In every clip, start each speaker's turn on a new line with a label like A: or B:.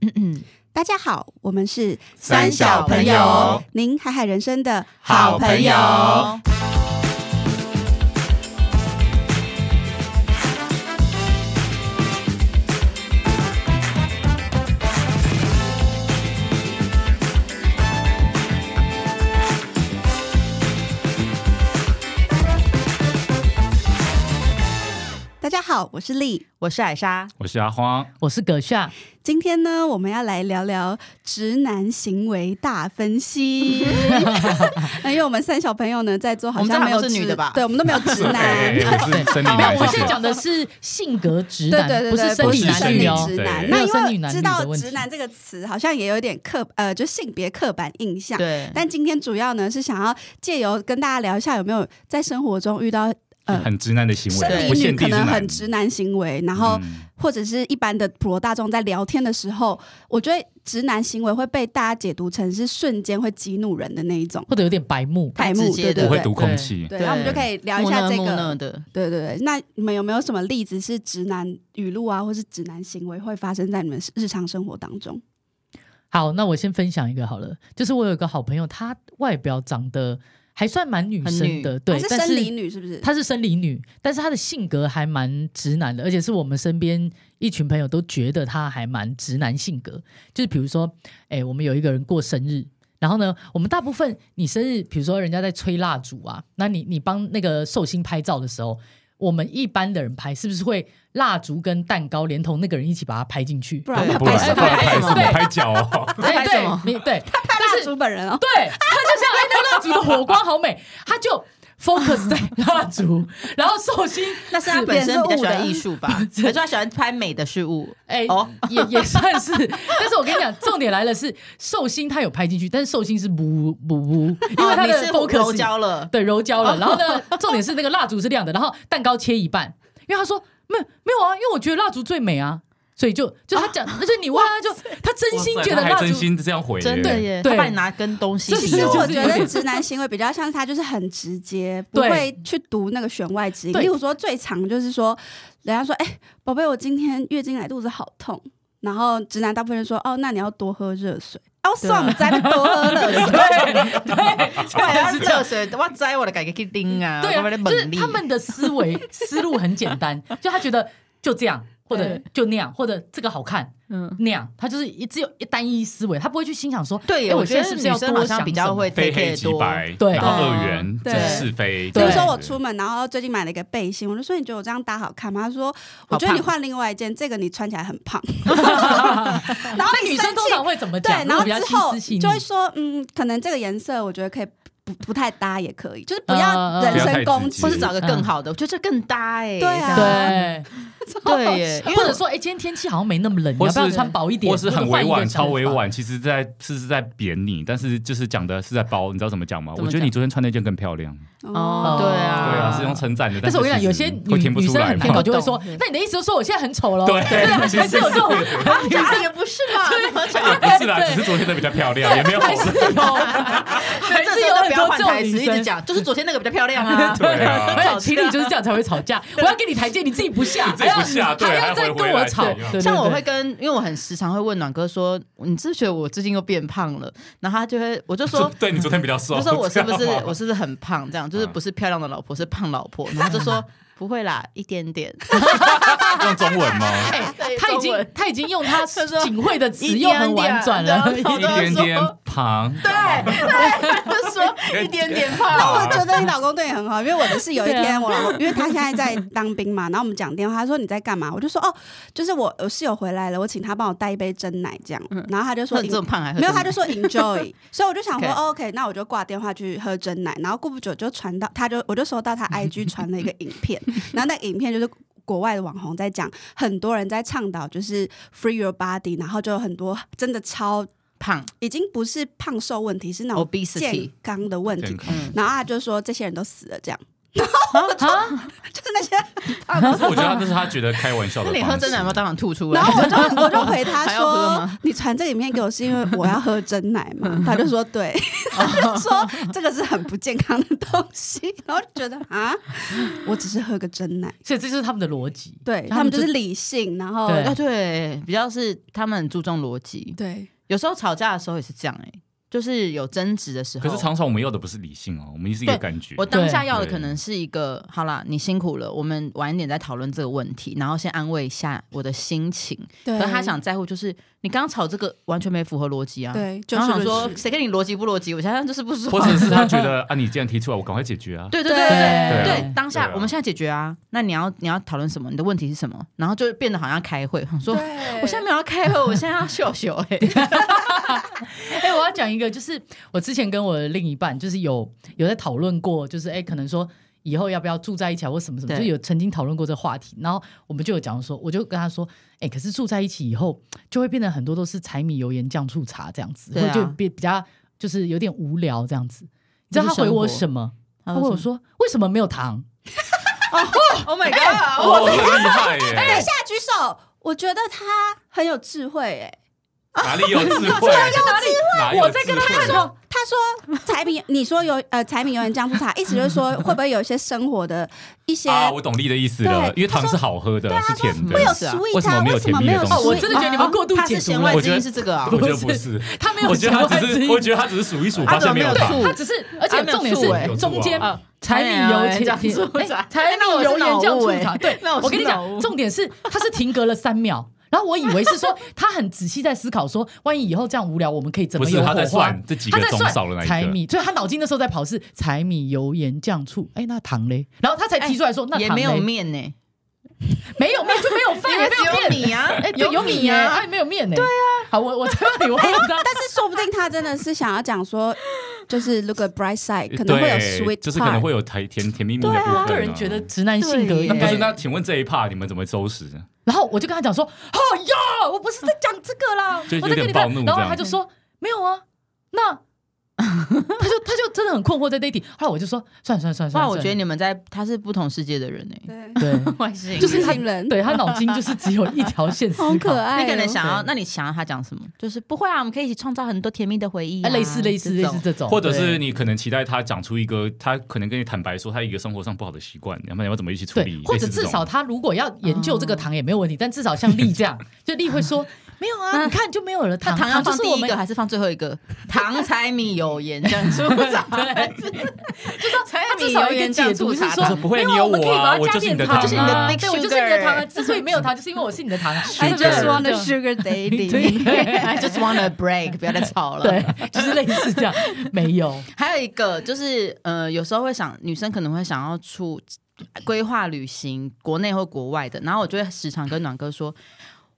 A: 嗯嗯，
B: 大家好，我们是
C: 三小朋友，
B: 您海海人生的
C: 好朋友。
B: 大家好，我是丽。
A: 我是艾莎，
C: 我是阿荒，
D: 我是葛夏，
B: 今天呢，我们要来聊聊直男行为大分 析。那因为我们三小朋友呢，在座好像没有
A: 我们这好像都是
B: 直
A: 女的吧
B: 对，我们都没有直
C: 哎
B: 男。
C: 哎哎我是生理
D: 没有
C: 男，，
D: 我现在
C: 谢谢
D: 讲的是性格直
B: 对
D: 男，
B: 对对对，
D: 不是生理男女
B: 不是生理
D: 哦。
B: 直男。
C: 对
B: 那
D: 没有生
B: 因
D: 理
B: 为
D: 男女
B: 知道
D: 的问
B: “
D: 题
B: 直男”这个词，好像也有点刻呃，就性别刻板印象。
A: 对，
B: 但今天主要呢是想要借由跟大家聊一下，有没有在生活中遇到呃
C: 很直男的行
B: 生
C: 为，
B: 理
C: 不
B: 女
C: 限定
B: 可
C: 是
B: 能
C: 哪
B: 很直男行为，然后
C: 嗯
B: 或者是一般的普罗大众在聊天的时候，我觉得直男行为会被大家解读成是瞬间会激怒人的那一种
D: 或者有点白目，
B: 白目，
A: 直接
B: 对
A: 的
B: 对
C: 我会
B: 对
C: 读空气，
B: 对，
A: 对
B: 然后我们就可以聊一
A: 木
B: 下
A: 讷
B: 这
A: 木讷
B: 个，
A: 的，
B: 对对对。那你们有没有什么例子是直男语录啊，或是直男行为会发生在你们日常生活当中？
D: 好，那我先分享一个好了，就是我有一个好朋友，她外表长得还算蛮女生的，对，
B: 她是
D: 但
B: 生理女是不是？
D: 她是生理女，但是她的性格还蛮直男的，而且是我们身边一群朋友都觉得她还蛮直男性格。就是比如说，哎、我们有一个人过生日，然后呢，我们大部分你生日，比如说人家在吹蜡烛啊，那你你帮那个寿星拍照的时候，我们一般的人拍是不是会蜡烛跟蛋糕连同那个人一起把它拍进去？
B: 不然
A: 对
B: 她
C: 不
B: 拍
C: 然
B: 什
C: 不
B: 么？
C: 然拍什么
D: 对
C: 拍脚哦，
D: 对
A: 拍什么
D: 对你对，
B: 她拍
D: 但
B: 蜡
D: 是
B: 烛本人哦。
D: 对，他就像哎，那蜡烛的火光好美，他就 focus 在蜡烛，然后寿星
A: 那是他本身比较
B: 脸是
A: 喜
B: 雾的
A: 欢艺术吧，还 是他喜欢拍美的事物？
D: 哎、
A: 哦
D: 也也算是，但是我跟你讲，重点来了是寿星他有拍进去，但是寿星是不不不， 因为
A: 哦
D: 他
A: 你
D: 的
A: 是
D: focus
A: 柔焦哦了，
D: 对柔焦了，然后呢，重点是那个蜡烛是亮的，然后蛋糕切一半，因为他说没有没有啊，因为我觉得蜡烛最美啊，所以就就他讲，而且你问他就他真心觉
C: 哇
D: 得
C: 塞他
D: 蜡
C: 还真
D: 烛。
C: 心这样回，
A: 真的耶，
D: 对
A: 他帮你拿根东西
D: 这
A: 比
B: 其实
A: 哦，
B: 我
D: 就是
B: 觉
D: 有
B: 得
D: 点
B: 直男行为比较像是他就是很直接，不
D: 对
B: 会去读那个弦外之音。
D: 对
B: 例如说最常就是说，人家说：“哎、宝贝，我今天月经来，肚子好痛。”然后直男大部分人说：“哦，那你要多喝热水。”哦，
D: 啊
B: 算了，再多喝热 水。
A: 对，他是热水，哇塞，我的改个去叮啊，
D: 对
A: 我的
D: 啊，
A: 猛
D: 就是
A: 力
D: 他们的思维思路很简单，就他觉得就这样，或者
A: 对
D: 就那样，或者这个好看，
A: 嗯
D: 嗯，那样，他就是一只有一单一思维，他不会去欣赏说，
A: 对耶，
D: 哎
A: 我
D: 我
A: 觉得
D: 现在是不是
A: 女
D: 要
A: 生
D: 多
A: 好
D: 想
A: 像比
D: 什
A: 较
D: 么
A: 会
C: 非
A: take
C: 黑
A: it
C: 即
A: 多，
C: 白，
D: 对
C: 然后二元
A: 对
C: 这是非，
B: 比
D: 对
B: 如说我出门，然后最近买了一个背心，我就说：“你觉得我这样搭好看吗？”他说：“我觉得你换另外一件，这个你穿起来很 胖。”然
A: 哦
B: 后
D: 那
B: 你
D: 女
B: 生
D: 生
B: 气
D: 通常会怎么
B: 对
D: 呃讲？，
B: 然后
D: 比较
B: 之
D: 心
B: 后
D: 思细腻
B: 就会说，嗯，可能这个颜色我觉得可以不不太搭也可以，就是不
D: 嗯
B: 要
D: 嗯嗯
B: 人
D: 不要
C: 太
B: 身
C: 直
B: 攻
C: 接
B: 击
A: 或，是找个更好的，我觉得这更搭哎，
B: 对啊
A: 这样
D: 嗯对，
A: 对耶，因为
D: 或者说，哎，今天天气好像没那么冷，你
C: 或
D: 要
C: 是
D: 不要穿薄一点？
C: 或是
D: 或
C: 很
D: 者换
C: 委
D: 一个
C: 婉，
D: 想
C: 超
D: 法
C: 委。婉，其实在是是在贬你，但是就是讲的是在包，你知道怎么讲吗？
A: 怎么
C: 我觉得
A: 讲
C: 你昨天穿那件更漂亮，
A: 哦，对
C: 对
A: 啊，
C: 啊，是 用称赞的，
D: 但是我跟你讲，有
C: 其实
D: 些
C: 会
D: 女
C: 听不
D: 女
C: 出
D: 生
C: 来
D: 很
C: 嘛
D: 难搞，就会
A: 不懂
D: 说，那你的意思是说我现在很丑喽？
C: 对 其实
D: 还是有这种，
A: 女生啊也不是吧？
C: 也不是啦，
D: 对
C: 只是昨天的比较漂亮，也没有好
D: 还是
C: 看。
D: 有，还
A: 这
D: 是
A: 时候
D: 有
A: 都
D: 很
A: 不要
D: 多
A: 换
D: 这种
A: 台词，
D: 女
A: 一
D: 生
A: 直。讲，就是昨天那个比较漂亮啊。
C: 对 啊
D: 没有情侣就是这样才会吵架。我要跟你台阶，你自己不下，
C: 自己不下对
D: 还要还
C: 还
D: 要
C: 回
D: 再
C: 回
D: 跟我
C: 来
D: 吵
C: 对对。
D: 对
A: 像我会，跟，因为我很时常会问暖哥说，你是不是觉得我最近又变胖了？然后他就会，我就 说
C: 说，对你昨天比较瘦，
A: 就说我是不 是
C: 这样吗啊嗯
A: 我是不是很胖？这样就是不是漂亮的老婆，是胖老婆。然后他就 说不会啦，一点点。
C: 用中文吗？
D: 对
A: 对
D: 哎，他已
A: 中文
D: 经他已经 用他
A: 说
D: 警慧的词又很婉转了。
A: 一
C: 一点点胖，
A: 就 说一点点胖。
B: 那我 觉得你老公对你啊很好，因为我的是有一
D: 对
B: 天
D: 啊
B: 我老公，因为他现在在当兵嘛，然后我们讲电话，他说你在干嘛？我就说哦，就是我我室友回来了，我请他帮我带一杯真奶这样，
D: 嗯
B: 然后他就
A: 说
B: 说
A: 你这么胖还喝
B: 没有，
A: 啊真奶
B: 他就说 enjoy，所以我就想说
A: OK
B: 哦 OK，那我就挂电话去喝真奶，然后过不久就传到，他就我就收 到他 IG 传了一个影片，然后那影片就是。国外的网红在讲，很多人在倡导就是 free your body，然后就有很多真的超
A: 胖
B: 已经不是胖瘦问题，是那种
A: obesity 嗯
B: 健康的问题
C: 健。康。
B: 然后他就说这些人都死了，这样
D: 啊，
B: 就是那些。
C: 但是我觉得他这是他觉得开玩笑的方
A: 那
C: 式。
A: 你喝真奶有没有当场吐出来？
B: 然后我就我就回他
A: 还要喝
B: 说
A: 吗：“
B: 你传这个影片给我是因为我要喝真奶嘛？他就说对， 他就说这个是很不健康的东西，然后就觉得啊，我只是喝个真奶，
D: 所以这就是他们的逻辑。
B: 对他们就是理性，然后
D: 对
A: 啊，对，比较是他们很注重逻辑，
B: 对
A: 有时候吵架的时候也是这样、欸，就是有争执的时候。
C: 可是常常我们要的不是理性哦，我们是一个
A: 对
C: 感觉。
A: 我当下
D: 对
A: 要的
C: 对
A: 可能是一个，好啦，你辛苦了，我们晚一点再讨论这个问题，然后先安慰一下我的心情。
B: 对，
A: 可是他想在乎就是你刚吵这个完全没符合逻辑啊，
B: 对，就
A: 然
B: 是
A: 后想说
B: 论事
A: 谁跟你逻辑不逻辑，我想想就是不爽。
C: 或者是他觉得啊，你既然提出来，我赶快解决啊。
A: 对对对
D: 对
A: 对
C: 对啊
A: 对，当下
C: 对啊
A: 我们现在解决啊，那你要你要讨论什么？你的问题是什么？然后就变得好像开会，想说
B: 对，
A: 我现在没有要开会，我现在要秀秀哎，
D: 哎、我要讲一个，就是我之前跟我的另一半，就是有有在讨论过，就是哎、可能说以后要不要住在一起啊，或什么什么，
A: 对
D: 就有曾经讨论过这个话题。然后我们就有讲说，我就跟他说，哎、可是住在一起以后，就会变得很多都是柴米油盐酱醋茶这样子，
A: 对啊
D: 或者就比比较就是有点无聊这样子。你知道他
A: 就是
D: 回
A: 生活
D: 我什么？
A: 他
D: 他回
A: 说
D: 我说为什么没有糖？
A: ，Oh my god！
C: 哦，很厉害耶！
B: 哎下举手，我觉得他很有智慧哎、
C: 哪里有智慧？哪里有智慧？啊
D: 我在跟他
C: 他
B: 说，他说柴米，你说有呃柴米油盐酱醋茶，意思就是说会不会有一些生活的一些，
C: 啊，我懂丽的意思了，
B: 对
C: 因为糖是好喝的，是甜
A: 说
C: 的
B: 会有
A: 是啊
B: sweet 啊，为
C: 为
B: 什
C: 什
B: 么
C: 么
B: 没
C: 没
B: 有
C: 有甜蜜的东西
B: sweet？
D: 哦我真的觉得你们过度
A: 他是
D: 解读
A: 弦
D: 了
A: 外
C: 我
A: 之
C: 觉
A: 音
C: 得
A: 是这个啊，
C: 我觉得
D: 不
C: 不是，
D: 他没有
C: 我觉得
D: 想
C: 他
D: 要
C: 只
D: 自己
C: 是，我觉得他只是数一数，发现没有
A: 他怎
C: 糖
A: 么没。有醋
D: 他只是，而且
A: 他没有
D: 重点
A: 醋欸
D: 是中间
A: 啊
D: 柴米油
A: 酱
D: 盐
A: 醋茶
D: 柴米油盐酱醋茶。
A: 哎
D: 对，
A: 那我是脑雾欸那我是
D: 我跟你
A: 脑
D: 讲，
A: 雾
D: 重点是他是停格了三秒，然后我以为 是说他很仔细在思考，说万一以后这样无聊，我们可以怎
C: 不
D: 么
C: 是
D: 有
C: 他
D: 火
C: 在
D: 花
C: 算？这几
D: 他
C: 个
D: 在
C: 中少了
D: 算
C: 哪
D: 柴
C: 一个？
D: 米，所以他脑筋那时候在跑是柴米油盐酱醋，哎，那糖嘞？然后他才提出来说，那
A: 哎也
D: 糖
A: 没有
D: 嘞
A: 面呢，
D: 没有面就没 有饭，
A: 因
D: 也
A: 为
D: 没
A: 只
D: 有面。
A: 你啊，哎
D: 哎，对有米耶，哎，没有面呢。对啊，好，我我在问你，我问他，
B: 但
C: 啊
B: 是说不定他真的是想要讲说，就是如果 bright side 可能会有
C: 对，
B: sweet，
C: 就是可能
B: part
C: 会有甜甜甜蜜蜜的部分啊。
D: 个人觉得直男性格
A: 对耶
D: 应
C: 不
D: 该
C: 是，那请问这一 part 你们怎么收拾？
D: 然后我就跟他讲说：“哎呀，我不是在讲这个啦，
C: 就有
D: 我在跟你
C: 点
D: 讲。
C: 暴怒
D: 然后
C: 这样
D: 他就说：“没有啊，那他就他就真的很困惑在 dating。后来我就说：“算了算了算了
A: 不
D: 算
A: 然
D: 了，
A: 我觉得你们在他是不同世界的人哎，
B: 对，
D: 对
A: 外星人
B: 就是情人，
D: 对他 脑筋就是只有一条线思考，
B: 好可爱哦。
A: 你可能啊想要，
D: 对
A: 那你想要他讲什么？就是不会啊，我们可以一起创造很多甜蜜的回忆、啊
D: 哎类似类似
A: 这
D: 类
A: 种
D: 似这种，
C: 或者
D: 对
C: 是你可能期待他讲出一个，他可能跟你坦白说他一个生活上不好的习惯，然后你要怎么一起处理
D: 对，？或者
C: 类似这
D: 至
C: 种
D: 少他如果要研究这
A: 哦
D: 个糖也没有问题，但至少像丽这 样，就丽会说。”没有啊，
A: 那
D: 你看就没有了。
A: 那
D: 糖
A: 糖要
D: 就
A: 放
D: 是
A: 第
D: 我
A: 一
D: 们
A: 个还是放最后一个？糖柴米油盐酱醋茶，就是柴
D: 他至
A: 米
D: 少
A: 油
D: 有一个
A: 盐
D: 解
A: 酱醋
D: 读是
A: 茶
D: 说，
C: 他说不会
D: 没
C: 你有
D: 我们可以
C: 我啊
D: 把它
C: 我
D: 加
C: 就是
D: 点
C: 你的
D: 糖啊，
C: 糖就是你
A: 的 big
D: 对，我就是你的
A: sugar
D: 糖啊。之所以没有糖，就是因为我是你 的糖。
B: I just
C: Sugar
B: want a sugar dating。
A: 对，I just want a break，不要再吵了。
D: 对，就是类似这样，没有，
A: 还有一个就是，呃，有时候会想，女生可能会想要出规划旅行，国内或国外的。然后我就会时常跟暖哥说，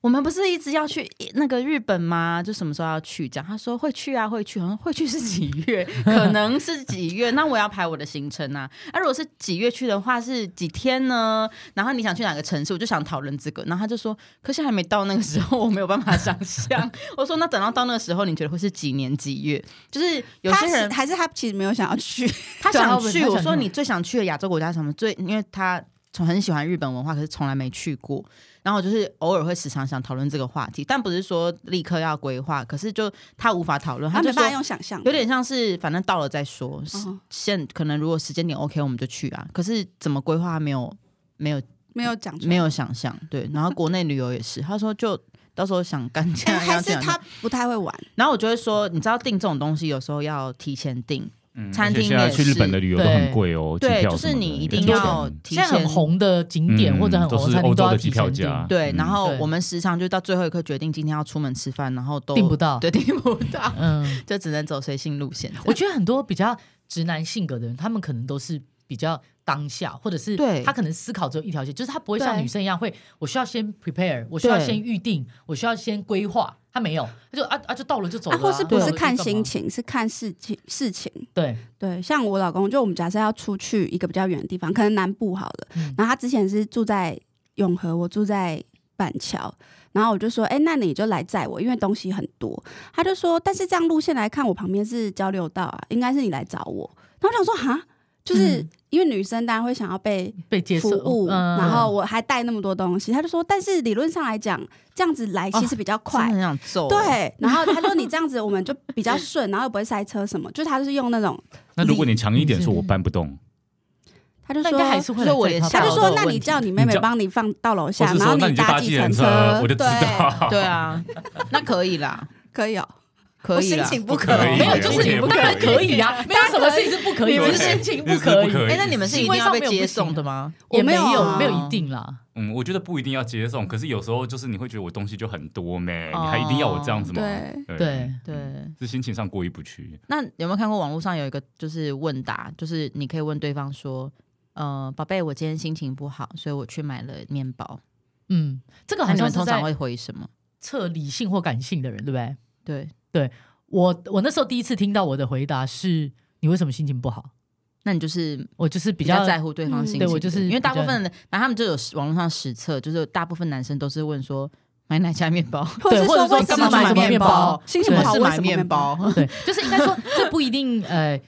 A: 我们不是一直要去那个日本吗？就什么时候要去？这样他说会去啊，会去。我说会去是几月？可能是几月？那我要排我的行程啊。那、如果是几月去的话，是几天呢？然后你想去哪个城市？我就想讨论这个。然后他就说，可是还没到那个时候，我没有办法想象。我说那等到到那个时候，你觉得会是几年几月？就是有
B: 他
A: 些
B: 是
A: 人
B: 还是他其实没有想要去，
A: 他
D: 对
A: 想
D: 他
A: 去，
D: 想
A: 我
D: 去
A: 说
D: 吗
A: 你最想去的亚洲国家是什么？最因为他从很喜欢日本文化，可是从来没去过。然后我就是偶尔会时常想讨论这个话题，但不是说立刻要规划，可是就哦他无法讨论，
B: 他
A: 就
B: 没
A: 说
B: 办法用想象，
A: 有点像是反正到了再说，是
B: 嗯
A: 现可能如果时间点 OK 我们就去啊。可是怎么规划没有没有
B: 没有讲出来
A: 没。有想象，对。然后国内旅游也是，他说就到时候想干这
B: 哎，
A: 样，
B: 还
A: 要这
B: 是
A: 样
B: 他不太会玩，
A: 然后我就会说，你知道订这种东西有时候要提前订，
C: 嗯
A: 餐厅
C: 而且现在
A: 也
C: 去
A: 是
C: 日本的旅游都很贵哦，机
A: 对，
C: 票
A: 就
C: 什
A: 是
C: 么
A: 你
C: 的
A: 一
C: 有
A: 定
C: 点
A: 要
C: 贵
A: 提
D: 现在
A: 前
D: 很红的景点
C: 嗯
D: 或者很
C: 都
D: 红
C: 是
D: 餐厅
C: 欧洲
D: 要
C: 的
D: 提
C: 机
D: 前
C: 票
D: 订，
C: 价，
A: 对，
C: 嗯
A: 然后
D: 对
A: 我们时常就到最后一刻决定今天要出门吃饭，然后都
D: 订不到
A: 对，订不到，
D: 嗯，
A: 就只能走随性路线这样。
D: 我觉得很多比较直男性格的人，他们可能都是比较当下，或者是
A: 对
D: 他可能思考只有一条线，就是他不会像
B: 对
D: 女生一样会，我需要先 prepare，我需要
A: 对
D: 先预定，我需要先规划，他没有，他就啊啊就到了就走了
B: 啊，
D: 啊，
B: 或是不
D: 到
B: 是
D: 了就
B: 看
D: 干嘛
B: 心？情，是看事情事情。
D: 对，
B: 对，像我老公，就我们假设要出去一个比较远的地方，可能南部好了，
D: 嗯
B: 然后他之前是住在永和，我住在板桥，然后我就说，哎、那你就来载我，因为东西很多。他就说，但是这样路线来看，我旁边是交流道啊，应该是你来找我。然后我想说，哈，就是
D: 嗯
B: 因为女生当然会想要被
D: 被接
B: 服
D: 受，
B: 务，
D: 嗯
B: 然后我还带那么多东西，他就说，但是理论上来讲，这样子来
D: 哦
B: 其实比较
A: 真
B: 快
A: 的。很想揍。，欸
B: 对，然后他说你这样子我们就比较顺，然后也不会塞车什么，就是他就是用那种，
C: 那如果你强硬一点说，我搬不动，
B: 他就
D: 那应该还
B: 说
D: 是
A: 所
D: 会
A: 以
D: 来
A: 我
D: 载
A: 也
D: 他
B: 他
D: 吧
B: 就
A: 吓
B: 说
A: 到
B: 那
A: 问
B: 你
A: 题
B: 叫你妹
C: 你
B: 妹
C: 叫
B: 帮你放到楼
C: 或
B: 下，
C: 是
B: 然后
C: 说那就
B: 搭
C: 搭
B: 计
C: 计程
B: 车，
C: 我就知 道。
A: 对 啊，那可以啦，
B: 可以哦，
A: 可以
B: 我心
A: 啦。
B: 情不
C: 可以
D: 啊没有，
C: 我
D: 就
C: 我
D: 是
C: 也
D: 你
C: 不
D: 当然
C: 可
D: 可
C: 以
D: 以啊，没有什么事情是不 可以，
C: 对
D: 只是心情
C: 日子
D: 不可以
C: 不，可以
A: 哎，那你们是一定要被接送的 吗？
D: 也没
B: 我没有啊
D: 没有一定啦。
C: 嗯，我觉得不一定要接送，可是有时候就是你会觉得我东西就很多咩，你还一定要我这样子吗？
B: 对，
D: 对，
A: 对。
C: 嗯是心情上过意不去。
A: 那有没有看过网络上有一个就是问答，就是你可以问对方说，呃，宝贝，我今天心情不好，所以我去买了面包。
D: 嗯，这个
A: 那
B: 啊
D: 好
A: 你
D: 像
A: 们
D: 是
A: 通常
D: 在
A: 会回什么？
D: 测理性或感性的人，对不对？
A: 对，
D: 我我那时候第一次听到我的回答是：你为什么心情不好？
A: 那你就是
D: 我就是
A: 比
D: 比较
A: 较在乎对方心情
D: 嗯
A: 的。
D: 对我就是
A: 因为大
D: 比较
A: 部分的，然后他们就有网络上实测，就是大部分男生都是问说买哪家面 包，
B: 或者
D: 对或者
B: 说
D: 说
B: 为什
D: 干
B: 么
D: 嘛买
B: 买
D: 什么
B: 面
D: 面
B: 包
D: 包，
B: 心
A: 什
B: 情不
D: 对
B: 好
A: 么是
B: 为
A: 买
B: 什么
A: 面包？
D: 对，就是应该说这不一定呃。
A: 呃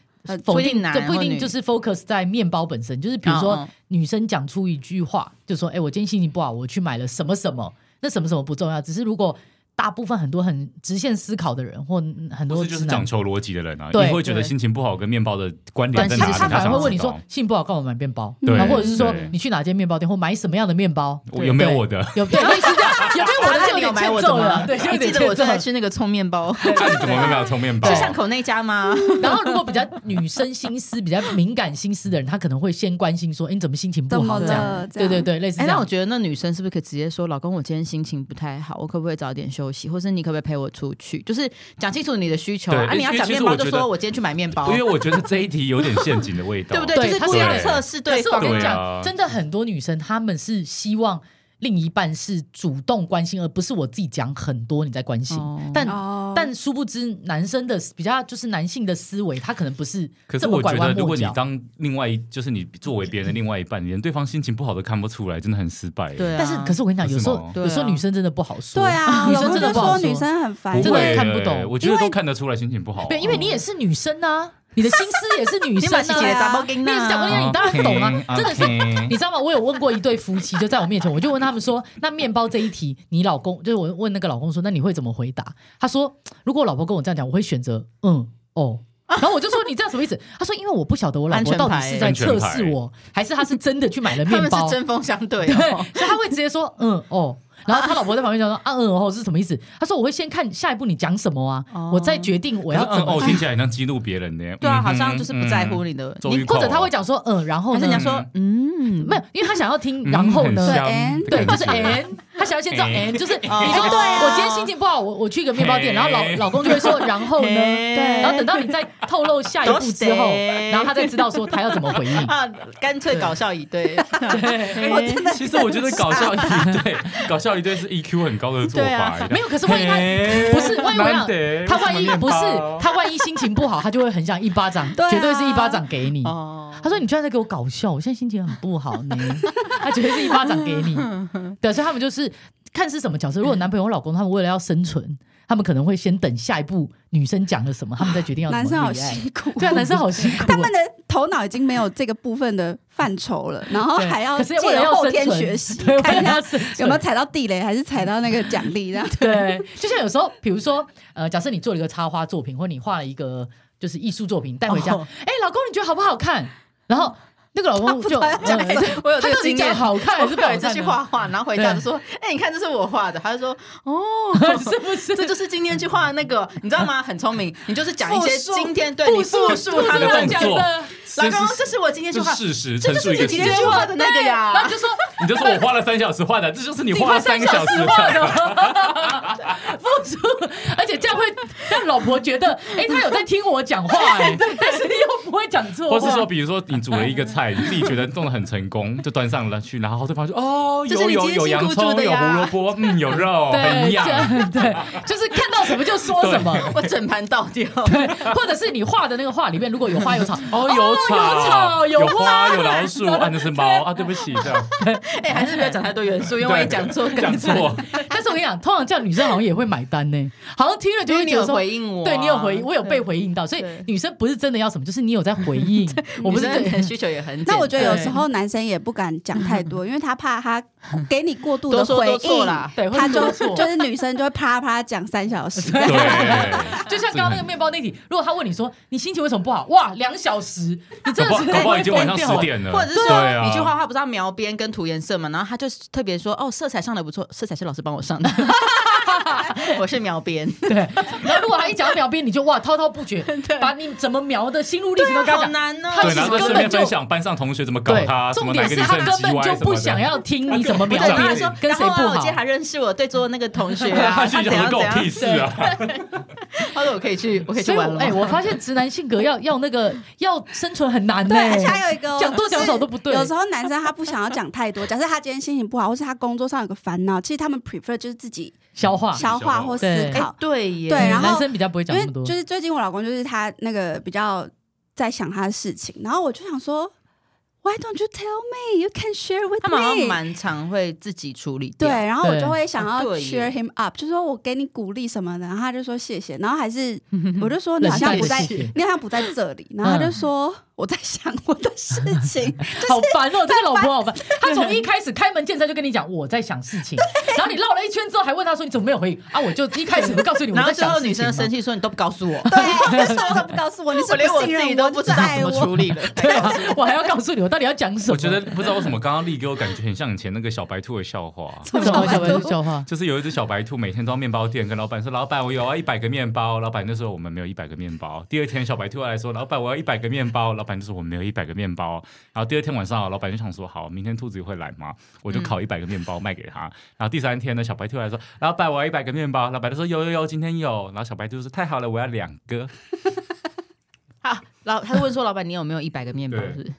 D: 否
A: 不一定
D: 定
A: 男
D: 对，不一
A: 或
D: 定
A: 女
D: 就是 focus 在面包本身，就是比如
A: 嗯
D: 说
A: 嗯
D: 女生讲出一句话，就说：“哎、我今天心情不好，我去买了什么什么。”那什么什么不重要，只是如果大部分很多很直线思考的人，或很
C: 不
D: 多
C: 是就是
D: 直男
C: 讲求逻辑的人啊，
D: 对
C: 你会觉得心情不好跟面包的关联在
A: 对
C: 哪里？
D: 他他反而
C: 想
D: 会
C: 要
D: 问你
C: 知道
D: 说：“心情不好，跟我买面包。”
C: 对
D: 啊，或者是说
C: 对
D: 你去哪间面包店，或买什么样的面包？
C: 我有没有
D: 对
C: 我的？
D: 有 对类似这样，有没有我的就有点
A: 买
D: 欠
A: 我的
D: 揍
A: 吗？
D: 了，对，就 有
A: 你记
D: 点
A: 得我
D: 欠揍
A: 最爱
D: 了。
A: 吃那个葱面 包，是
C: 那你怎么会没有充面包？
A: 巷口那家吗？
D: 然后如果比较女生心思比较敏感心思的人，他可能会先关心说：“哎，你怎么心情不
B: 怎么
D: 好？”这样，
B: 了？
D: 对对，对，类似
A: 哎、
D: 这
A: 那我
D: 样。
A: 觉得那女生是不是可以直接说，老公，我今天心情不太好，我可不可以早点休息，或是你可不可以陪我出去？就是讲清楚你的需求啊，
C: 对
A: 啊你要
C: 因为
A: 讲
C: 其实
A: 面包
C: 我
A: 就
C: 觉
A: 说
C: 得
A: 我今天去买面包，
C: 因为我觉得这一题有点陷阱的味道，
A: 对不对？
D: 对
A: 就是
D: 他
A: 故
D: 是
A: 意要
C: 对
A: 测试
D: 可
A: 对
D: 是我
A: 方
D: 跟。你
C: 对
D: 讲，
C: 啊
D: 真的很多女生她们是希望另一半是主动关心，而不是我自己讲很多你在关心
A: 哦。
D: 但
B: 哦，
D: 但殊不知，男生的比较就是男性的思维，他可能不是
C: 可是
D: 这么
C: 我觉
D: 拐
C: 得，
D: 弯
C: 如
D: 抹
C: 果你
D: 角。
C: 当另外一，就是你作为别人的另外一半，连对方心情不好都看不出来，真的很失败。
A: 对啊，
D: 但是，可是我跟你讲，
C: 不是
D: 有时候
C: 吗
A: 对啊
D: 有时候女生真的不好说。
B: 对啊，
D: 女
B: 老
D: 生
B: 公
D: 真的
B: 就
D: 不好
B: 说
D: 说。
B: 女生很
C: 不
B: 烦，
C: 会
D: 真的看不懂
C: 欸我觉得都看得出来心情不好啊。
D: 对，因为你也是女生啊，你的心思也是女
A: 你
D: 生
A: 把自己
B: 姐
A: 的
D: 啊。
A: 杂包给
D: 你也是讲过那样你当然懂啊真的是
C: OK，OK
D: 你知道吗？我有问过一对夫妻，就在我面前，我就问他们说：“那面包这一题，你老公就是我问那个老公说，那你会怎么回答？”他说：“如果我老婆跟我这样讲，我会选择嗯哦。”然后我就说：“你这样什么意思？”他说：“因为我不晓得我老
A: 安
D: 婆
A: 全
D: 到底
A: 牌
D: 是在测
C: 安
D: 试
C: 全牌
D: 我，还是他是真的去买了
A: 他
D: 面
A: 们
D: 包
A: 是。针锋相对、
D: 对，
A: 哦。
D: 所以他会直接说嗯哦，然后他老婆在旁边讲说啊嗯哦是什么意思？他说我会先看下一步你讲什么啊，
A: 哦
D: 我再决定我要怎
C: 嗯哦
D: 么，
C: 听起来很像激怒别人 的。
A: 对啊，
C: 嗯哼
A: 好像就是不在乎。你的，
C: 嗯
A: 你
C: 终于
D: 或者他会讲说嗯，然后
A: 还是
D: 呢
A: 你要？说嗯，
D: 没有，因为他想要听，然后
C: 嗯
D: 呢
C: 很？香
B: 对
D: 对，
C: 的感
D: 就是
C: 觉
D: 哎
C: 哎
D: and，他想要先知道 and，就是你说
A: 哦
B: 对啊
D: 我今天心情不好，我我去一个面包店，
C: 嘿
D: 然后老老公就会说然后呢？
A: 嘿
B: 对
D: 然后等 到你再透露下一步之后
A: 都，是
D: 然后他再知道说他要怎么 回应。
A: 啊，干脆搞笑一对，
B: 我真的
C: 哎其实我觉得搞笑一 对，搞笑一对是 EQ 很高的做
A: 啊
C: 法。哎
D: 没有可是万一他不是万一我想
C: 一
D: 他万一不是他万一心情不好，他就会很想一巴掌，
B: 对啊
D: 绝对是一巴掌给你。
A: 哦，
D: 他说：“你居然在给我搞笑，我现在心情很不好呢。” 他绝对是一巴掌给 你。对，所以他们就是看是什么角色。如果男朋友、老公，他们为了要生存，他们可能会先等下一步女生讲了什么，他们再决定要怎么
B: 男生好
D: react
B: 辛苦，
D: 对啊，男生好辛苦哦。
B: 他们的头脑已经没有这个部分的范畴了，然后
D: 对
B: 还要
D: 可是
B: 借
D: 为了
B: 由
D: 要
B: 后
D: 生
B: 天
D: 存
B: 学习
D: 对，，为
B: 看
D: 了
B: 一下
D: 要
B: 有
D: 生 存
B: 没有踩到地雷，还是踩到那个奖励 这样。
D: 对，就像有时候，比如说，呃，假设你做了一个插花作品，或你画了一个就是艺术作品带回家，哎、
A: 哦
D: 老公，你觉得好不好看？然后那个老公
B: 不知
D: 就，
B: 道要讲
D: 呃
B: 什么
A: 我有
D: 他
A: 这个
D: 到底
A: 经
D: 讲
A: 验，
D: 好看还是不
A: 我
D: 好
A: 有一次
D: 看
A: 去
D: 呢？
A: 画画，然后回家
D: 对
A: 就说：“哎、你看这是我画的。”他就说：“哦，
D: 是不是？
A: 这就是今天去画的那个，你知道吗？很聪明，你就是讲一些
B: 复述
A: 今天对哎你复述他
D: 这
A: 的
C: 复
A: 动
D: 样
A: 作
C: 述
D: 讲的，
A: 老公，这是我今天去
C: 就
A: 画，
C: 事实
A: 这
C: 陈
A: 就
C: 述
A: 是
C: 一个
A: 你
C: 事
A: 今
C: 实
A: 天，去画的那个
D: 然后
A: 呀
D: 你。就说
C: 你就说我花了三小时画的，这就是你
D: 你
C: 花
D: 快
C: 了
D: 三
C: 三个小时
D: 时
C: 画
D: 画
C: 的。
D: 的，付出，而且这样会让老婆觉得，哎、他有在听我讲话、哎，但是又不会讲错话，
C: 或是说，比如说你煮了一个菜，你自己觉得弄得很成功，就端上了去，然后对方就哦，
A: 这是
C: 有有
A: 你今天
C: 有
A: 辛
C: 洋
A: 苦
C: 葱，
A: 煮的
C: 有胡
A: 呀
C: 萝卜，嗯，有肉，很
D: 对，
C: 养。
D: 这对，就是看到到什么就说什么。
A: 我整盘倒掉。
D: 对，或者是你画的那个画里面如果有花有草，
C: 哦， 有
D: 草
A: 哦
C: 草，
D: 有
C: 花，有老 鼠，啊，那是猫啊，对不起，这样
A: 哎、还是不要讲太多元 素，因为万一讲错更
C: 讲
A: 惨。
C: 错，
D: 但是我跟你讲，通常叫女生好像也会买单呢，好像听了就
A: 因
D: 会
A: 为你
D: 觉得
A: 有
D: 说。
A: 回应我啊、
D: 对你有回，我有被回应到，所以
A: 对
D: 女生不是真的要什么，就是你有在回 应。我
A: 女
D: 不是
A: 生
D: 对
A: 的需求也 很简单。
B: 那我觉得有
D: 对
B: 时候男生也不敢讲 太多，因为他怕他给你过度的
A: 多说
B: 回
A: 多错
B: 应，
A: 啦。
D: 对，会
B: 他
D: 说
B: 就
D: 错
B: 就是女生就会啪啪讲三小 时。
C: 对，
D: 就
C: 嗯
D: 像刚刚那个面包那题，如果他问你说你心情为什么不好，哇，两小时，你真
C: 搞
D: 的
C: 不好
D: 是
C: 搞不好已经晚上
D: 会疯掉
C: 十点了，
A: 哦或者是
C: 对
A: 说
C: 啊
A: 你去画画不是要描边跟涂颜色嘛？然后他就特别说哦，色彩上的不错，色彩是老师帮我上的， 我是描 边，
D: 对，欸然后如果他一讲到描边，你就哇滔滔不 绝，把你怎么描的心路历程都跟他
A: 好
D: 讲。
A: 难哦。
D: 他
C: 对，
D: 其
C: 然
D: 实
C: 后
D: 根
C: 在
D: 本
C: 顺便
D: 就
C: 分享班上同学怎么搞
D: 对
C: 他，，什
D: 重
C: 么哪
D: 点
C: 个
D: 是
C: 女
D: 他
C: 生
D: 根
C: 鸡
D: 本
C: 歪
D: 就
C: 什
D: 不
C: 么
D: 想
C: 的。
D: 要听你怎么
A: 对，
D: 描
C: 不
A: 然
C: 想
A: 后
D: 边
C: 听
A: 他说，
D: 跟谁
A: 然后
D: 不
A: 啊我今
D: 好
A: 天。还认识我对桌的那个同 学啊，
C: 他
A: 他
C: 心里
A: 怎
C: 想说
A: 样
C: 跟我
A: 怎
C: 屁
A: 样。
C: 事啊！
A: 他说我可以去，我可以去
D: 所以我
A: 玩，了。
D: 哎、我发现直男性格要要那个要生存很难呢、欸
B: 对，而且还有一个哦
D: 讲多讲少
B: 是
D: 都不对
B: 有时候男生他不想要讲太多，假设他今天心情不好，或是他工作上有个烦恼，其实他们 prefer 就是自己
D: 消化，
B: 消化或思
D: 对
A: 哎
B: 考。
A: 对耶，
B: 对然后
D: 男生比较不会
B: 因
D: 讲那
B: 为
D: 么多，
B: 就是最近我老公就是他那个比较在想他的事情，然后我就想说，Why don't you tell me? You can share with
A: 他们好像
B: me.
A: 蛮常会自己处理
B: 对，
A: 掉。
B: 然后我就
D: 对
B: 会想要
A: 哦对耶
B: cheer him up，就说我给你鼓励什么的，然后他就说谢谢，然后还 是我就说你
D: 冷
B: 好像
D: 淡
B: 不
D: 的
B: 在，
D: 谢谢
B: 你好像不在这里，然后他就
D: 嗯
B: 说我在想我的事 情，
D: 好烦哦、这个老婆 好烦。她从一开始开门见山就跟你讲我在想事情，然后你绕了一圈之后还问她说你怎么没有回应啊？我就一开始不告诉你我
A: 然后
D: 在
A: 最
D: 想
A: 后
D: 事情
A: 女生
D: 嘛
A: 生气说：“你都不告诉 我，
B: 对，什么都不告诉 我，你是
A: 我连
B: 不
A: 我
B: 信任
A: 自己都不知道
B: 爱
A: 怎么处
B: 我。
A: 理 了。
D: 对啊，我还要告诉你我到底要讲什么。
C: 我觉得不知道为什么，刚刚丽给我感觉很像以前那个小白兔的笑话，啊
D: 为什么小白兔笑话？
C: 就是有一只小白兔每天到面包店跟老板说：“老板，我有要一百个面包。”老板那时候我们没有一百个面包。第二天小白兔来说：“老板，我要一百个面包。”老板就说：“我没有一百个面包。”然后第二天晚上，老板就想说：“好，明天兔子会来嘛，我就烤
D: 嗯
C: 一百个面包卖给他。然后第三天呢，小白兔来说：“老板，我要一百个面包。”老板就说：“有有有，今天有。”然后小白兔说：“太好了，我要两个。””
A: 好，老他问说：“老板，你有没有一百个面包？”
C: 对
A: 是不是？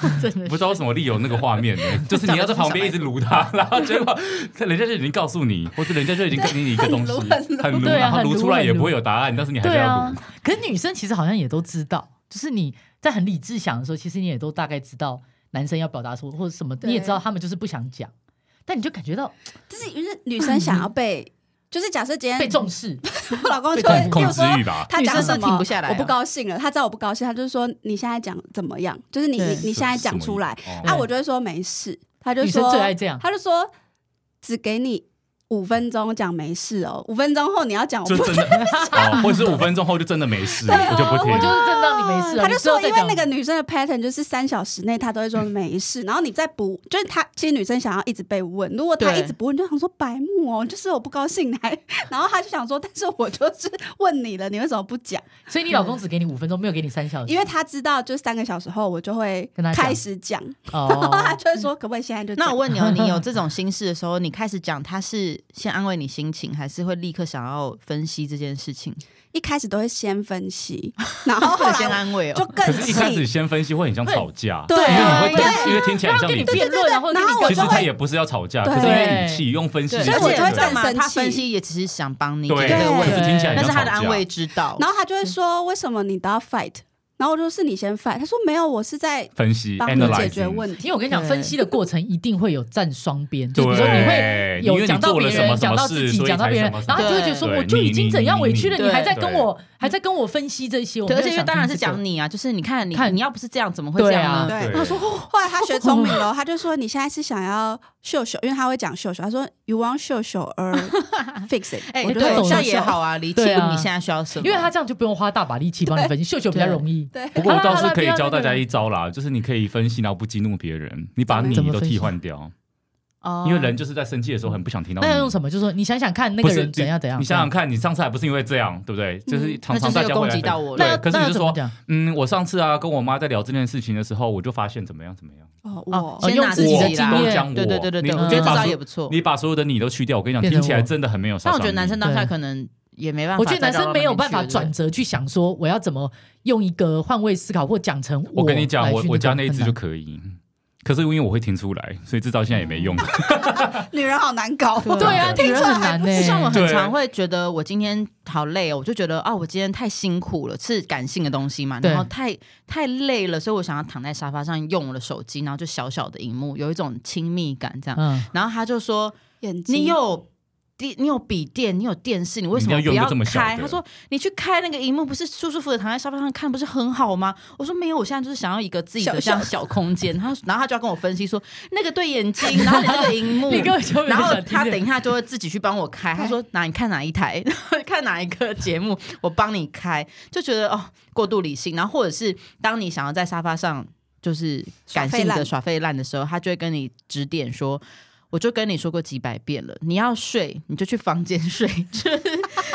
A: 我 真的
C: 不知
A: 是
C: 道为什么丽有那个画面呢、就是你要在旁边一直撸他，然后结果人家就已经告诉你，或者人家就已经给你一个东西，很撸，
D: 对啊
C: 然后
D: 很撸
C: 撸出来也
D: 很撸
C: 不会有答案，但是你还是
D: 对
C: 要
D: 啊
C: 撸。，
D: 可是女生其实好像也都知道，就是你在很理智想的时候，其实你也都大概知道男生要表达什么或者什么，
B: 对
D: 你也知道他们就是不想讲，但你就感觉到
B: 就是因为女生想要被，就是假设今
D: 被
B: 天
D: 重视，
B: 我老公就
D: 被
B: 会，
C: 控
B: 又
C: 制
B: 说
C: 欲吧，
B: 他讲
A: 女生
B: 什
A: 是
B: 么，
A: 停不下来啊
B: 我不高兴了，他知道我不高兴，他就说你现在讲怎么样？就是你
D: 对
B: 你你现在讲出来，
C: 什么意思。
B: 啊，
D: 对
B: 我就会说没事，他就
D: 女
B: 说
D: 生最爱这样。
B: 他就说只给你五分钟讲没事哦，五分钟后你要讲
C: 哦
B: 我
C: 就
B: 不
C: 真的，哦，或者是五分钟后就真的没事，我就不听
D: 我就
C: 了。
D: 是真让你没事
B: 呃
D: 啊，
B: 哦他就
D: 你之后
B: 说，
D: 再
B: 因为
D: 讲
B: 那个女生的 pattern 就是三小时内，她都会说没事，然后你再不，就是她其实女生想要一直被问，如果她
A: 对
B: 一直不问，就想说白目哦，就是我不高兴来，然后她就想说，但是我就是问你了，你为什么不讲？
D: 所以你老公只给你五分钟，没有给你三小时，
B: 因为她知道，就三个小时后我就会
D: 哦跟她讲
B: 开始讲，然 后她
D: 哦，
B: 就会说，可不可以现在就讲？
A: 那我问你哦，你有这种心事的时候，你开始讲，他是先安慰你心情，还是会立刻想要分析这件事 情？
B: 一开始都会先分析，然后后
A: 会先
B: 来
A: 安慰
B: 就
A: 哦。
B: 更
C: 可是，一开始
B: 气，
C: 先分析会很像吵架，
B: 对
C: 因为
B: 啊，
C: 你会听，因为听起来很
D: 他
C: 像
D: 跟
C: 你
D: 你。辩论，然后跟你
B: 然后我
C: 其
B: 就
C: 实
B: 会
C: 他也不是要吵架，
B: 对
C: 可是因为语气用分析的
A: 对，
C: 方
B: 所
C: 式，
B: 以我就会
A: 你知道
B: 更
A: 吗
B: 生气
A: 他分析也只是想帮你解
C: 对，
A: 决这个
B: 对
A: 问
C: 可是
A: 题，
C: 听起来很
A: 但是
C: 像
A: 他的
C: 吵
A: 安
C: 架
A: 慰之道。
B: 然后她就会说，为什么你都要 fight？然后我就说是你先 fight，她说没有，我是在
C: 分析
B: 帮你解
C: analyze，
B: 决问题
D: 因。为我跟你讲，
A: 对
D: 分析的过程一定会有站双边，就
C: 对，
D: 比如说你会
C: 因为
D: 有
C: 你
D: 讲到
C: 做了
D: 别
C: 什么
D: 人，
C: 什
D: 讲
C: 么
D: 到
C: 事
D: 自己，
C: 所以
D: 讲到
C: 才
D: 别
C: 什
D: 人
C: 么，什
D: 然
C: 么
D: 后
A: 对
D: 就会觉得说，
C: 对
D: 我就已经怎样委屈了，
A: 你
D: 你还在
C: 对
D: 跟我还在跟我分析这些，我
A: 对，而
D: 没有
A: 且因为
D: 想
A: 当然
D: 听
A: 是
D: 这个
A: 讲你啊，就是你看你
D: 看
A: 你要不是这样，怎么会
D: 对
A: 这样
D: 啊
A: 呢？
B: 对，
C: 对
B: 他说哦，后来他学聪明了，他就说你现在是想要秀秀，因为他会讲秀秀，他说 you want 秀秀 or fix it，
A: 哎，
D: 我
B: 我就
D: 就懂
A: 对，
D: 了
A: 这样也好 啊，理清
D: 对啊
A: 你现在需要什么。
D: 因为他这样就不用花大把力气帮你分析，秀秀比较容易。
B: 对
C: 不过我
D: 好啦
C: 倒是
D: 好啦啊
C: 可
D: 不
C: 以
D: 要
C: 教
D: 那
C: 大
D: 个
C: 家一招啦，就是你可以分析，然后不激怒别人，你把
B: 怎么
C: 你
D: 怎么
C: 都
D: 分析
C: 替换掉，
A: 哦
C: 因为人就是在生气的时候很不想听到
D: 那要用
C: 你。
D: 什么？就说你想想看，那
C: 不
D: 个
C: 是
D: 人怎样怎样。
C: 你想想，看，你上次还不是因为这样，对不对？就是常
A: 那就
C: 常
A: 是
C: 大家
A: 又
C: 会
A: 攻
C: 来
A: 击
C: 分
A: 到我
D: 那
A: 了。
D: 要
C: 对，可是
D: 那
C: 你
D: 要
C: 就
D: 怎么
C: 说，
D: 讲？
C: 嗯，我上次啊跟我妈在聊这件事情的时候，我就发现怎么样怎么样。
B: 哦，
D: 哦
B: 我
D: 呃
A: 先
D: 用
A: 拿
D: 自
A: 啊己
D: 己的
A: 啦
D: 经
C: 我都
D: 验
C: 讲我，
A: 对对对对
C: 你
A: 对，
C: 我
A: 我
C: 觉
A: 觉
C: 得
A: 得
C: 把
A: 至少
C: 所
A: 也
C: 有
A: 不错。
C: 你把所有的你都去掉，我跟你讲，
D: 变
C: 听
D: 成
C: 起来
D: 我
C: 真的很没有杀伤
A: 但
C: 力。
A: 我觉得男生当下
D: 对
A: 可能也没办法，
D: 我觉得男生没有办法转。折去想说我要怎么用一个换位思考或讲成
C: 我跟你讲，
D: 来
C: 我
D: 去
C: 我家
D: 个
C: 那一只
D: 很
C: 就
D: 难
C: 可以。可是因为我会听出来，所以至到现在也没 用。
B: 女人好难搞，哦
A: 对
D: 对啊，
B: 听
D: 女
B: 出
D: 人
B: 来
D: 很
B: 还
D: 难
B: 不
D: 呢、
A: 就像我很欸
C: 对
A: 常会觉得我今天好累哦，我就觉得啊，我今天太辛苦了，是感性的东西嘛，
D: 对
A: 然后太太累了，所以我想要躺在沙发上用我的手机，然后就小小的荧幕，有一种亲密感这样。
D: 嗯，
A: 然后他就说：“
B: 眼睛
A: 你有电，你有笔电，你有电视，你为什
C: 你
A: 么
C: 一定
A: 不
C: 要用
A: 要
C: 个这么小的
A: 开？”他说：“你去开那个荧幕，不是舒舒服服的躺在沙发上看，不是很好吗？”我说：“没有，我现在就是想要一个自己的
B: 小
A: 这样小空间。”他然后他就要跟我分析说：“那个对眼睛，然后你那个荧幕，
D: 你根本就没有
A: 嗯然后
D: 想听
A: 他
D: 这
A: 等一下就会自己去帮我开，他说哪你看哪一台， 看哪一个节目，我帮你开，就觉得哦过度理性。然后或者是当你想要在沙发上就是感
B: 耍
A: 性
B: 废
A: 的
B: 烂
A: 耍废烂的时候，他就会跟你指点说。我就跟你说过几百遍了，你要睡你就去房间睡， 就是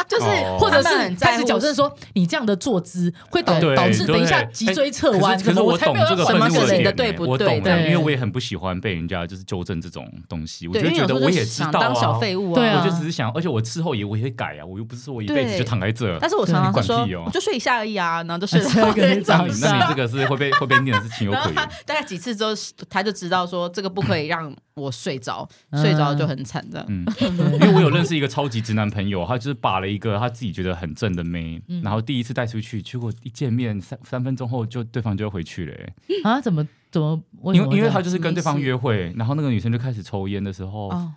A: 就是
C: 哦
D: 或者
A: 他们
D: 是
A: 很在
D: 开始
A: 乎
D: 矫正说你这样的坐姿会导
C: 对
D: 导致
C: 对
D: 等一下脊椎侧
C: 可
D: 弯，
C: 是
D: 什
C: 可是
D: 么
C: 我
D: 才
C: 懂
D: 没有
C: 这个
D: 要
A: 什
C: 愤
A: 么
D: 管
C: 怒
A: 事
C: 的
A: 情
C: 点
A: 的
C: 欸
A: 对不
C: 我
A: 对
C: 懂啊
D: 对
C: 因为我也很不喜欢被人家就是纠正这种东西，我
A: 对，
C: 就
A: 因
C: 会
A: 为
C: 觉
A: 有
C: 得
A: 时候
C: 我
A: 就
C: 也知
A: 想
C: 道
A: 当小
C: 啊，
A: 废物
D: 对
A: 啊
D: 啊
C: 我就只是想，而且我事后也我也会改啊，我又不是说我一辈子
A: 对
C: 就躺在这。
A: 但是我常常
C: 对
A: 会
C: 你
A: 说
C: 管屁哦，
A: 我就睡一下而已啊，然后就睡
D: 睡
A: 到
D: 到跟你
C: 那
D: 长
C: 你
D: 一
C: 那
D: 样
C: 你这个是会被会被念的是情有
A: 啊然
C: 可
A: 后他
C: 原。
A: 大概几次之后，他就知道说这个不可以让我睡着，
D: 嗯
A: 睡着就很惨这样。
C: 嗯，因为我有认识一个超级直男朋友，他就是把了一个他自己觉得很正的妹，
A: 嗯
C: 然后第一次带出去，结果一见面三三分钟后就对方就回去了、欸
D: 啊？怎么怎么？
C: 因为
D: 什么
C: 因为
D: 这样
C: 他就是跟对方约会，然后那个女生就开始抽烟的时候，
A: 哦，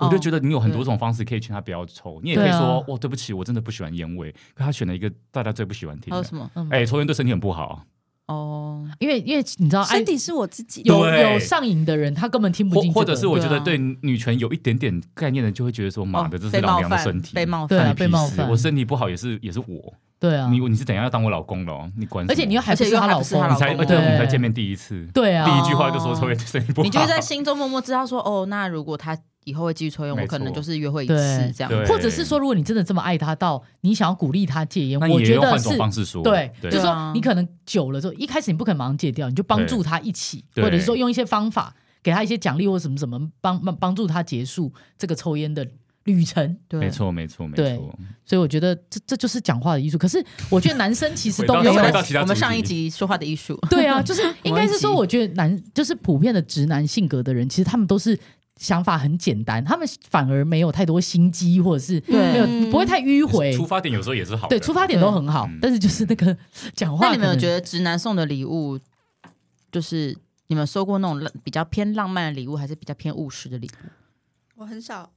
C: 我就觉得你有很多种方式可以劝他不要抽，你也可以说哦对不起，我真的不喜欢烟味，可他选了一个大家最不喜欢听
A: 哦还有
C: 的，
A: 什么？
C: 哎、抽烟对身体很不好，
A: 哦，
D: 因为因为你知道，爱
B: 身体是我自己
D: 啊哎有
C: 对
D: 有上瘾的人，他根本听不
C: 或
D: 进这个，
C: 或者是我觉得
A: 对
C: 对女权有一点点概念的，就会觉得说妈的，
A: 哦
C: 这是
A: 被
C: 老
A: 冒
C: 娘的
A: 犯，
C: 身体，
A: 被 冒
D: 对
A: 犯。
C: 关
D: 啊
C: 你屁
D: 被冒
C: 事
D: 犯
C: 我身体不好也是也是我，
D: 对啊
C: 你，你是怎样要当我老公了？你管什么？
D: 而且你又还
A: 而
D: 不
A: 且
D: 是
A: 又
D: 她
A: 还
D: 老
A: 不是
D: 公
A: 她，
C: 我
A: 老
C: 们才而且我们
D: 对
C: 才见面第一次，
D: 对啊，
C: 第一句话就说抽烟对身体不好，
A: 你就是在心中默默知道说，哦，那如果他以后会继续抽烟，
C: 没
A: 我
C: 错
A: 可能就是约会一
D: 对
A: 次这样。
C: 对
D: 或者是说，如果你真的这么爱他到你想要鼓励他戒烟，
C: 那你
D: 我
C: 也
D: 觉
C: 用
D: 得
C: 换
D: 是
C: 种方式说，
D: 对，
C: 对
D: 就
A: 对
D: 是说
A: 啊
D: 你可能久了之后，一开始你不肯马上戒掉，你就帮助他一起，
C: 对
D: 或者是说用一些方法给他一些奖励或什么什么，帮帮帮助他结束这个抽烟的旅程。
A: 对
C: 没。错没错没
D: 对
C: 错。
D: 所以我觉得这这就是讲话的艺术。可是我觉得男生其实都
C: 回
D: 没
A: 我
D: 有
C: 回到
A: 们
C: 其他
A: 我们
C: 主题
A: 上一集说话的艺术，
D: 对啊，就是应该是说，
A: 我
D: 我觉得男就是普遍的直男性格的人，其实他们都是想法很简单，他们反而没有太多心机，或者是
A: 对
D: 没有
B: 嗯
D: 不会太迂回
C: 出。发点有时候也是好的，
D: 对，出发点都很好
C: 嗯，
D: 但是就是那个讲话
A: 那
D: 可能，
A: 你们有觉得直男送的礼物，就是你们收过那种浪比较偏浪漫的礼物，还是比较偏务实的礼物？
B: 我很少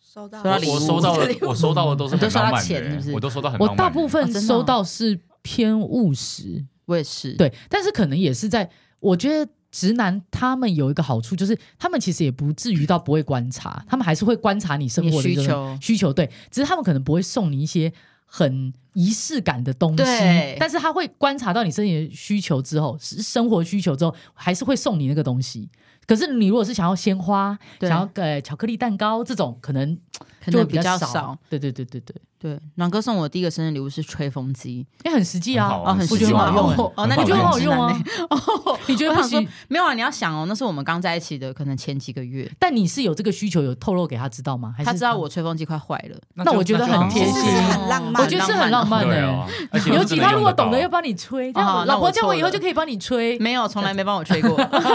B: 收到
A: 收到礼物
C: 我收到的，我收到的都是很浪漫
A: 你都收到钱是
C: 的
A: 不，是
C: 我都收到很浪
D: 我
C: 漫的。
D: 大部
A: 哦
D: 分
A: 真的哦
D: 收到是偏务实，
A: 我也是，，
D: 对，但是可能也是在，我觉得直男他们有一个好处，就是他们其实也不至于到不会观察，他们还是会观察你生
A: 你
D: 活
A: 的
D: 的
A: 需
D: 一个
A: 求，
D: 需求，对，只是他们可能不会送你一些很仪式感的东西
A: 对，
D: 但是他会观察到你身体的需求之后，是生活需求之后，还是会送你那个东西。可是你如果是想要鲜花，
A: 对
D: 想要呃巧克力蛋糕这种，可能
A: 可
D: 就会
A: 能
D: 比较
A: 较少。。
D: 对对对对对，
A: 对，暖哥送我第一个生日礼物是吹风机，
D: 因为很实际
C: 很
D: 啊，
C: 好
A: 哦，很
D: 我
A: 实际
D: 觉得
A: 吗
D: 很好用
C: 很
D: 哦。
A: 哦，那
C: 好
A: 你
D: 我觉
A: 就很
D: 得很好
A: 直
D: 用
A: 男
D: 啊
A: 欸！
D: 你觉得
A: 我
D: 不
A: 想说
D: 行？
A: 没有啊，你要想哦，那是我们刚在一起的，可能前几个月，
D: 但你是有这个需求，有透露给他知道吗？还是
A: 他知道 我吹风机快坏了，
D: 那
C: 就
D: 我觉得
C: 那就
D: 很
C: 很
D: 贴
B: 其实是
A: 哦
D: 心
B: 很浪漫，
D: 我觉得是很浪漫欸
C: 对
D: 的、
C: 啊。而且
D: 尤
C: 是真
D: 其
C: 的
D: 他
C: 用
D: 如果
C: 得到
D: 懂得要帮你吹，这
A: 哦
D: 样
A: 那
D: 老婆
A: 我
D: 这样我
A: 错
D: 以后
A: 了嗯
D: 就可以帮你吹。
A: 没有，从来没帮我吹 过，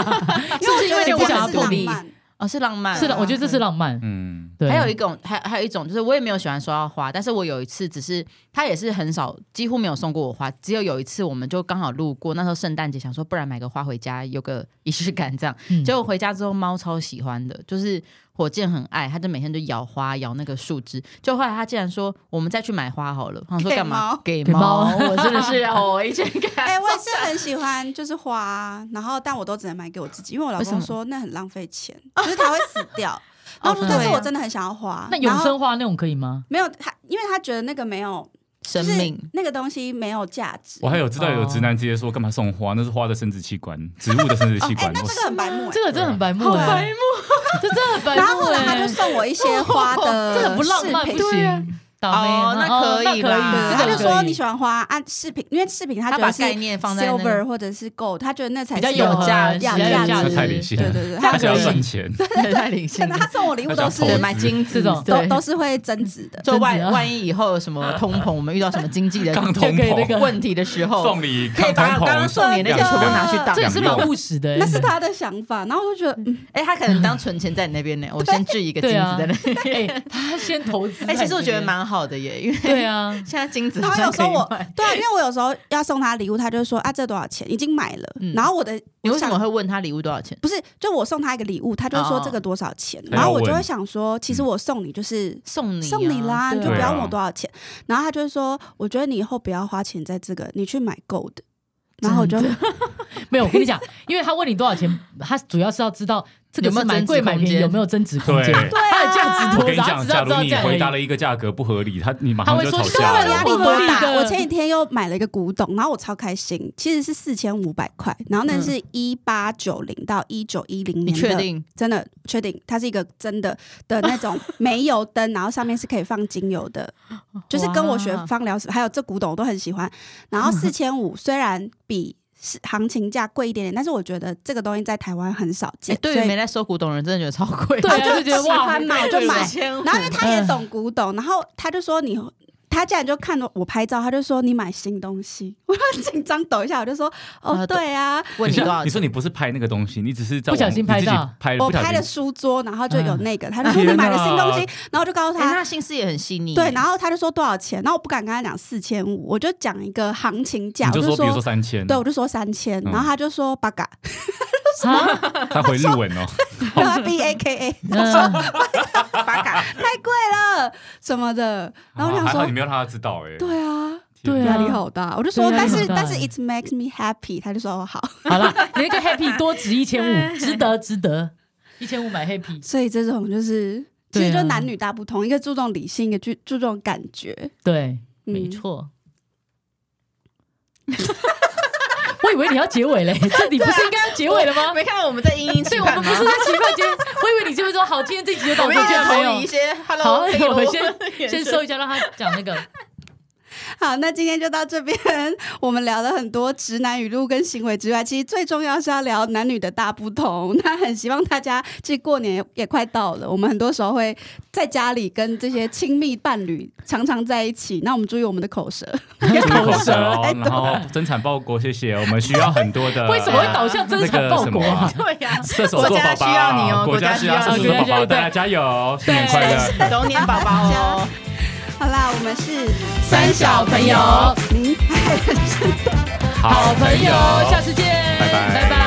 B: 因为我
A: 是不是有
B: 觉得
A: 点不
B: 这
A: 想
B: 样
A: 要
B: 是
A: 独立
B: 浪漫
A: 哦，是浪漫，
D: 是的，我觉得这是
A: 浪。
D: 浪漫。
C: 嗯，
D: 对，
A: 还有一种，还还有一种就是，我也没有喜欢收到花，但是我有一次只是他也是很少，几乎没有送过我花，只有有一次我们就刚好路过，那时候圣诞节想说，不然买个花回家有个仪式感这样。
D: 嗯
A: 结果回家之后，猫超喜欢的，就是火箭很爱，它就每天就咬花，咬那个树枝。就后来它竟然说，我们再去买花好了。我想说
B: 给
A: 干嘛？
B: 猫
A: 给
D: 给猫
A: 猫，我真的是哦， 一见感。
B: 哎、我也是很喜欢，就是花，啊然后但我都只能买给我自己，因为我老
A: 为什
B: 公
A: 么
B: 说那很浪费钱，就是它会死掉。然后说
A: 哦
B: 但是
A: 对啊
B: 我真的很想要花，
D: 那
B: 然
D: 永
B: 后
D: 生花那种可以吗？
B: 没有他，因为他觉得那个没有
A: 生
B: 就
A: 命
B: 是、那个东西没有价值。
C: 我还有知道有直男直接说干嘛送花，那是花的生殖器官，植物的生殖器
B: 哎、
C: 官。
B: 那
C: 我
B: 这个很白目、哎
D: 这个真的很白目、
A: 好
D: 哎
A: 白
D: 目，这真的很白目、哎哦
B: 然后后来他就送我一些花的
A: 哎
D: 这很不浪漫，
B: 饰
D: 不
B: 品
D: 行。倒霉
A: 哦
D: 吗
A: 那可以
D: 那可以，
A: 啦
B: 对，
A: 啊
B: 他
D: 这个
B: 就
D: 可
B: 说
D: 以
B: 你喜欢花按饰品，因为饰品他
A: 他
B: 觉
A: 把
B: 得是
A: 概念放在那个
B: silver 或者是 gold，他觉得那才
A: 比较
B: 是
A: 有
D: 有
A: 价
D: 价
A: 值，
B: 值比较有价
C: 值太理性
B: 对对对，
D: 这样
C: 他
B: 他
C: 想要
D: 可以
C: 赚钱，
D: 对太灵性
B: 真的
D: 了，
B: 他送我礼物都是
C: 他想投
A: 对，
C: 资
A: 买金子
D: 这 种
A: 对
B: 都都是会增值的。
A: 就万
D: 真的啊
A: 万一以后有 什么通膨，我们遇到什么经济的
C: 抗
D: 就
C: 通
D: 可以那
C: 膨
D: 个
A: 问题的时候，
C: 送礼
A: 哦可以
C: 抗通
A: 把刚刚
C: 膨，
A: 送你那些全部拿去当
D: 这。也是
C: 两
D: 蛮
C: 用
D: 务实的欸，
B: 那是他的想法，然后我就觉得，嗯，
A: 哎，他可能当存钱在你那边呢，我先置一个金
D: 对
A: 子
D: 啊
A: 在那。
D: 哎，他先投 资，
A: 哎，其实我觉得。蛮好的耶，因为
D: 对啊，
A: 现在金子
B: 然
A: 好
B: 后有
A: 像
B: 时
A: 嗯可
B: 候
A: 以
B: 我
A: 买。
B: 对啊，因为我有时候要送他礼物，他就说啊，这多少钱？已经买了。
A: 嗯
B: 然后我的
A: 你为什
B: 想
A: 么会问他礼物多少钱？
B: 不是，就我送他一个礼物，他就说
A: 哦
B: 这个多少钱，
C: 他要
B: 然后我就会
C: 问
B: 想说，其实我送你就是
A: 送你啊
B: 送你啦，你就
D: 对
B: 不要
C: 啊
B: 问我多少钱。然后他就说，我觉得你以后不要花钱在这个，你去买 gold。然后我就
D: 真没有，我跟你讲，因为他问你多少钱，他主要是要知道这个
A: 有没有
D: 是买
A: 增值
D: 贵买
A: 空
D: 便宜
A: 间
D: 有没有增值空间，
C: 对对
D: 它的价
C: 我
D: 值多
C: 跟你
D: 少，他
C: 讲，
D: 只
C: 假
D: 要知
C: 如
D: 道
C: 你
D: 价
C: 回答
D: 而
C: 了
D: 已。
C: 一个价格不合理，他你马
D: 他
C: 上
D: 会
C: 就
D: 说
C: 吵
D: 对
C: 架
D: 啊
B: 我
D: 对
B: 压力
C: 了。
D: 啊不合
B: 多
D: 理
B: 大？
D: 的
B: 我前几天又买了一个古董，然后我超开心，其实是四千五百块，然后那
A: 嗯
B: 是一八九零到一九一零
A: 你
B: 年
A: 确
B: 的
A: 定？
B: 真的确定，它是一个真的的那种煤油灯，然后上面是可以放精油的，就是跟我学
A: 哇
B: 芳疗，还有这古董我都很喜欢。然后四千五虽然比市行情价贵一点点，但是我觉得这个东西在台湾很少
A: 哎
B: 见，，
A: 对
B: 所
A: 于
B: 以
A: 没在收古董的人，真的觉得超贵。
D: 对啊，
B: 就
D: 就觉得
B: 喜
D: 哇，
B: 欢买就买
A: 4500
B: 然后因为他也懂古董，然后他就说你，他竟然就看到我拍照，他就说你买新东西，我很紧张抖一下，我就说哦
A: 呃
B: 对啊，
C: 哎
A: 问你多少
C: 你说
A: 钱？
C: 你不是拍那个东西，你只是在
D: 不小
C: 网
D: 心
C: 你
D: 拍
C: 自己
D: 到
C: 拍
B: 我
C: 不小
B: 拍了
C: 心
B: 书桌，然后就有
D: 嗯
B: 那个，他就说你买了新东西
C: 天，
B: 然后就告诉
A: 哎，那
B: 他。
A: 他心思也很细
C: 嗯
A: 腻耶。
B: 对，然后他就说多少钱，然后我不敢跟他讲四千五，我就讲一个行情价，
C: 你
B: 我
C: 就
B: 就
C: 说比如说三千，
B: 对，我就说三千，
C: 嗯
B: 然后他就说八 嘎，
D: 啊，
C: 他回日文哦，
B: 然后 B A K A
D: 嗯
B: 八嘎，太贵了什么的， 然后我
C: 啊
B: 想
C: 还好你
B: 说，
C: 没有让他知道哎，
B: 对啊，
D: 对
B: 压
D: 啊
B: 力 好大，我就说，
D: 对
B: 但
D: 压力
B: 是
D: 好大
B: 但是 it makes me happy，他就说哦好，
D: 好了，你那个 happy 多值一千五，值得值得，一千五买 happy，
B: 所以这种就是其实
D: 对啊
B: 就男女大不同，一个注重理性，一个注注重感觉，
D: 对，
B: 嗯
D: 没错。我以为你要结尾嘞，这里不是应该要结尾了吗？
A: 没看到我们在殷殷期
D: 对，我们
A: 盼
D: 不
A: 吗
D: 是？在期盼今天，我以为你这边说好，今天这集就
A: 我
D: 到
A: 们
D: 这
A: 一直
D: 边，朋
A: 投以
D: 友
A: 一。些 hello，
D: 好，
A: hello
D: 我们先
A: 眼神
D: 先收一下，让他讲那个。
B: 好，那今天就到这边。我们聊了很多直男语录跟行为之外，其实最重要是要聊男女的大不同。 那很希望大家，其实过年也快到了，我们很多时候会在家里跟这些亲密伴侣常常在一起。那我们注意我们的口舌，
C: 注意口舌哦
B: 哎，
C: 然后增产报国，谢谢，我们需要很 多的
D: 为什么会导向增产报国啊
C: 呃那个 什么
A: 对呀，
C: 射手座宝宝啊，
A: 国
C: 国
A: 家
C: 家
A: 需
C: 需
A: 要
C: 要
A: 你
C: 射手
A: 哦
C: 座宝宝，
D: 国家需要对
C: 大家加油，哎新年快乐！
A: 龙年宝宝哦。
B: 好啦，我们是
D: 三小朋友
B: 您爱的是。
D: 好朋友，下次见，
C: 拜拜
D: 拜拜。